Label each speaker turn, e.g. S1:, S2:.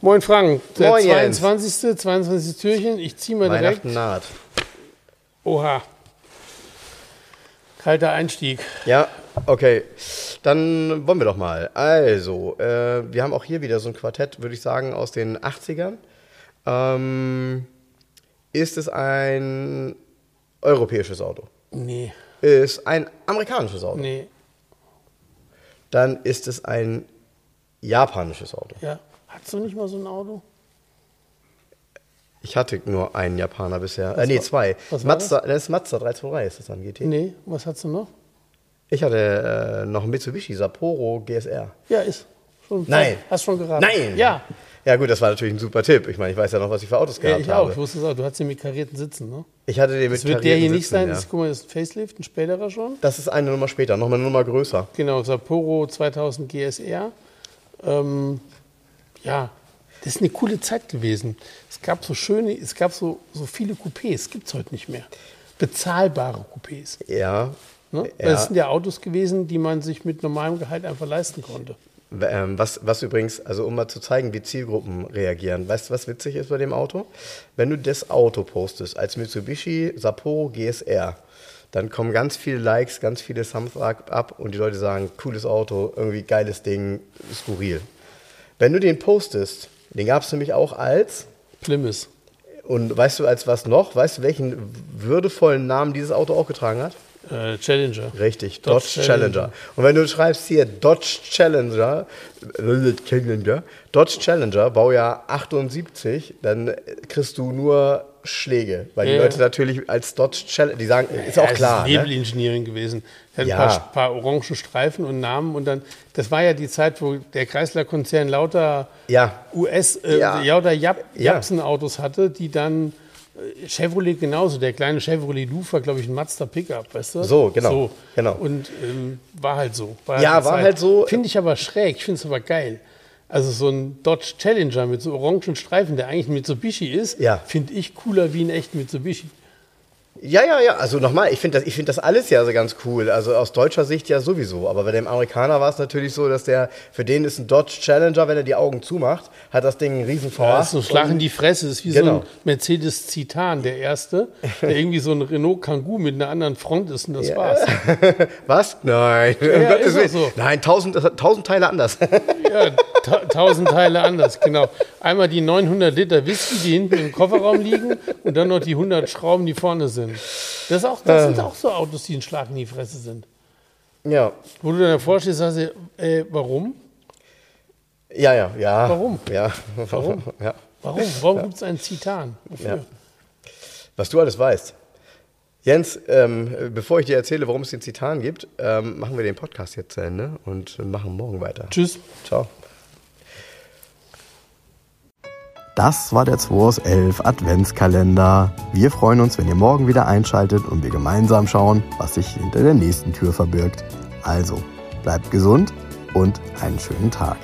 S1: Moin Frank, der
S2: Moin, Jens.
S1: 22. 22. Türchen. Ich ziehe mal direkt.
S2: Weihnachten ne? naht.
S1: Oha. Kalter Einstieg.
S2: Ja, okay. Dann wollen wir doch mal. Also, äh, wir haben auch hier wieder so ein Quartett, würde ich sagen, aus den 80ern. Ähm, ist es ein europäisches Auto?
S1: Nee,
S2: Ist ein amerikanisches Auto?
S1: nee,
S2: Dann ist es ein japanisches Auto.
S1: ja. Hattest du nicht mal so ein Auto?
S2: Ich hatte nur einen Japaner bisher. Äh, nee,
S1: war-
S2: zwei.
S1: was war
S2: Mazda, das? ist Mazda 323, ist das dann GT?
S1: Nee, was hattest du noch?
S2: Ich hatte äh, noch einen Mitsubishi Sapporo GSR.
S1: Ja, ist. Schon
S2: Nein.
S1: Hast schon geraten.
S2: Nein!
S1: Ja.
S2: Ja, gut, das war natürlich ein super Tipp. Ich meine, ich weiß ja noch, was ich für Autos
S1: ja
S2: gehabt
S1: ich auch.
S2: habe.
S1: Ich wusste es auch. Du hattest den mit karierten Sitzen, ne?
S2: Ich hatte den mit
S1: Das wird der
S2: karierten
S1: hier nicht
S2: Sitzen,
S1: sein.
S2: Ja.
S1: Das, guck mal, das ist ein Facelift, ein späterer schon.
S2: Das ist eine Nummer später, noch mal eine Nummer größer.
S1: Genau, Sapporo 2000 GSR. Ähm, ja, das ist eine coole Zeit gewesen. Es gab so schöne, es gab so, so viele Coupés, gibt es heute nicht mehr. Bezahlbare Coupés.
S2: Ja.
S1: Ne?
S2: Äh, Ja.
S1: Das sind ja Autos gewesen, die man sich mit normalem Gehalt einfach leisten konnte.
S2: W- ähm, Was, was übrigens, also um mal zu zeigen, wie Zielgruppen reagieren. Weißt du, was witzig ist bei dem Auto? Wenn du das Auto postest als Mitsubishi Sapporo GSR, dann kommen ganz viele Likes, ganz viele Thumbs up up und die Leute sagen, cooles Auto, irgendwie geiles Ding, skurril. Wenn du den postest, den gab es nämlich auch als,
S1: Schlimmes.
S2: und weißt du als was noch, weißt du, welchen würdevollen Namen dieses Auto auch getragen hat?
S1: Äh, Challenger.
S2: Richtig,
S1: Dodge
S2: Dodge, Challenger.
S1: Challenger.
S2: Und wenn du schreibst hier Dodge Challenger, äh, Challenger, Dodge Challenger, Baujahr 78, dann kriegst du nur Schläge, weil die
S1: Ja.
S2: Leute natürlich als Dodge Challenger, die sagen, ist auch
S1: Ja,
S2: klar.
S1: Es ist
S2: Ne?
S1: Nebelingenierin gewesen. Er hat
S2: Ja.
S1: ein paar, paar orange Streifen und Namen. Und dann, das war ja die Zeit, wo der Chrysler-Konzern lauter
S2: Ja.
S1: US, äh,
S2: Ja.
S1: ja. oder Jap
S2: Ja.
S1: Japsen-Autos hatte, die dann äh, Chevrolet genauso, der kleine Chevrolet Louf war, glaube ich, ein Mazda Pickup, weißt du?
S2: So, genau, genau.
S1: Und ähm, war halt so.
S2: Ja,
S1: eine
S2: war
S1: Zeit.
S2: halt so.
S1: Finde ich aber schräg, ich finde es aber geil. Also so ein Dodge Challenger mit so orangen Streifen, der eigentlich ein Mitsubishi ist,
S2: Ja.
S1: finde ich cooler wie ein echter Mitsubishi.
S2: Ja, ja, ja. Also nochmal, ich finde das, ich find das alles ja so ganz cool. Also aus deutscher Sicht ja sowieso. Aber bei dem Amerikaner war es natürlich so, dass der, für den ist ein Dodge Challenger, wenn er die Augen zumacht, hat das Ding einen riesen V8.
S1: Ja, das ist so ein Schlag in die Fresse. Das ist wie so
S2: Genau.
S1: ein Mercedes Citan, der erste, der irgendwie so ein Renault Kangoo mit einer anderen Front ist und das war's.
S2: Was? Nein. um
S1: ja,
S2: Gottes
S1: ist doch
S2: Willen.
S1: so.
S2: Nein, tausend, tausend Teile anders.
S1: Ja, ta tausend Teile anders, genau. Einmal die 900 Liter Whisky, die hinten im Kofferraum liegen und dann noch die 100 Schrauben, die vorne sind. Das, ist auch, das sind
S2: Ah.
S1: auch so Autos, die ein Schlag in die Fresse sind.
S2: ja.
S1: Wo du dann davor stehst, sagst du, äh, warum?
S2: Ja, ja, ja.
S1: Warum?
S2: Ja.
S1: Warum?
S2: Ja.
S1: Warum? Warum gibt's einen Citan? Wofür?
S2: ja. Was du alles weißt. Jens, ähm, bevor ich dir erzähle, warum es den Zitan gibt, ähm, machen wir den Podcast jetzt zu Ende und machen morgen weiter.
S1: Tschüss.
S2: Ciao.
S3: Das war der 2 aus 11 Adventskalender. Wir freuen uns, wenn ihr morgen wieder einschaltet und wir gemeinsam schauen, was sich hinter der nächsten Tür verbirgt. Also, bleibt gesund und einen schönen Tag.